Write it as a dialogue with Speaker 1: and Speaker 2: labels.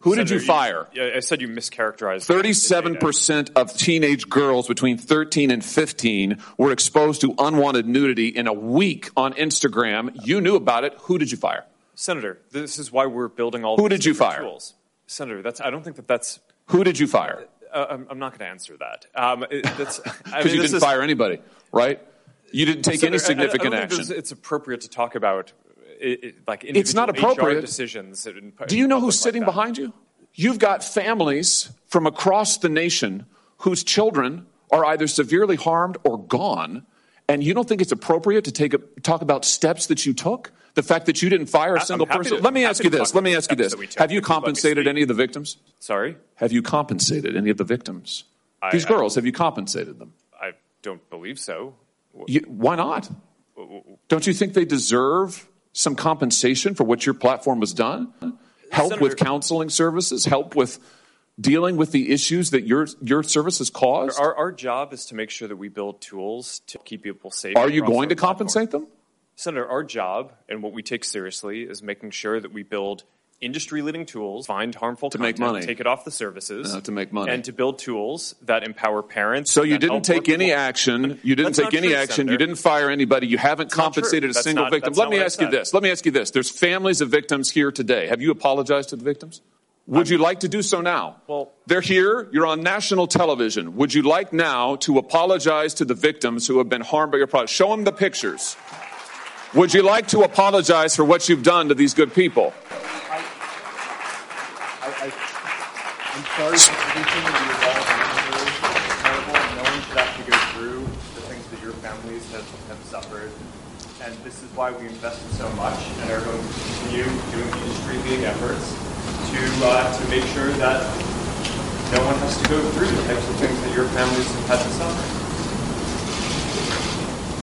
Speaker 1: Who did you
Speaker 2: Senator,
Speaker 1: fire?
Speaker 2: Yeah, I said you mischaracterized. the- the data.
Speaker 1: 37% of teenage girls between 13 and 15 were exposed to unwanted nudity in a week on Instagram. You knew about it. Who did you fire?
Speaker 2: Senator, this is why we're building all.
Speaker 1: Who
Speaker 2: these
Speaker 1: did you
Speaker 2: different
Speaker 1: fire?
Speaker 2: Tools. Senator, that's. I don't think that that's.
Speaker 1: Who did you fire?
Speaker 2: Uh, I'm, I'm not going to answer that. Um, it, that's. I
Speaker 1: Because
Speaker 2: mean,
Speaker 1: you
Speaker 2: this
Speaker 1: didn't
Speaker 2: is-
Speaker 1: fire anybody, right? You didn't take any
Speaker 2: Senator, I- I- I don't
Speaker 1: significant
Speaker 2: think
Speaker 1: action.
Speaker 2: there's- It's appropriate to talk about. It, it, like
Speaker 1: not
Speaker 2: individual
Speaker 1: appropriate.
Speaker 2: HR decisions. in-
Speaker 1: Do you know
Speaker 2: public
Speaker 1: who's
Speaker 2: like
Speaker 1: sitting
Speaker 2: that.
Speaker 1: behind you? You've got families from across the nation whose children are either severely harmed or gone, and you don't think it's appropriate to take a, talk about steps that you took? The fact that you didn't fire a single
Speaker 2: happy
Speaker 1: person.
Speaker 2: to-
Speaker 1: let me
Speaker 2: happy
Speaker 1: ask
Speaker 2: to
Speaker 1: you
Speaker 2: talk
Speaker 1: this.
Speaker 2: about
Speaker 1: Let me
Speaker 2: the
Speaker 1: ask you
Speaker 2: steps
Speaker 1: this.
Speaker 2: that we took.
Speaker 1: Have you
Speaker 2: If you'd let me
Speaker 1: compensated
Speaker 2: speak.
Speaker 1: any of the victims?
Speaker 2: Sorry,
Speaker 1: Have you compensated any of the victims? These
Speaker 2: I-
Speaker 1: girls, have you compensated them?
Speaker 2: I don't believe so.
Speaker 1: You, why not? Don't you think they deserve some compensation for what your platform has done? Help with
Speaker 2: Senator-
Speaker 1: counseling services, help with dealing with the issues that your your service has caused. Are,
Speaker 2: Our, our job is to make sure that we build tools to keep people safe.
Speaker 1: you
Speaker 2: across
Speaker 1: going
Speaker 2: our
Speaker 1: to
Speaker 2: platform.
Speaker 1: compensate them?
Speaker 2: Senator, our job and what we take seriously is making sure that we build industry-leading tools, find harmful to
Speaker 1: make money.
Speaker 2: take it off the services,
Speaker 1: Uh, to make money.
Speaker 2: and to build tools that empower parents.
Speaker 1: So you
Speaker 2: that
Speaker 1: didn't
Speaker 2: help
Speaker 1: take
Speaker 2: working
Speaker 1: any
Speaker 2: people.
Speaker 1: action. You didn't
Speaker 2: That's
Speaker 1: take
Speaker 2: not
Speaker 1: any
Speaker 2: true,
Speaker 1: action.
Speaker 2: Senator.
Speaker 1: You didn't fire anybody. You haven't
Speaker 2: not
Speaker 1: compensated
Speaker 2: true.
Speaker 1: a
Speaker 2: That's
Speaker 1: single
Speaker 2: not-
Speaker 1: victim.
Speaker 2: that's
Speaker 1: Let
Speaker 2: not
Speaker 1: me
Speaker 2: what I
Speaker 1: ask you
Speaker 2: said.
Speaker 1: this. Let me ask you this. There's families of victims here today. Have you apologized to the victims? Would you like to do so now?
Speaker 2: Well-
Speaker 1: they're here. You're on national television. Would you like now to apologize to the victims who have been harmed by your product? Show them the pictures. Would you like to apologize for what you've done to these good people?
Speaker 3: I, I, I'm sorry for everything that you all have been through. It's horrible. No one should have to go through the things that your families have, have suffered. And this is why we invested so much and are going to continue doing industry-leading efforts to, uh, to make sure that no one has to go through the types of things that your families have had to suffer.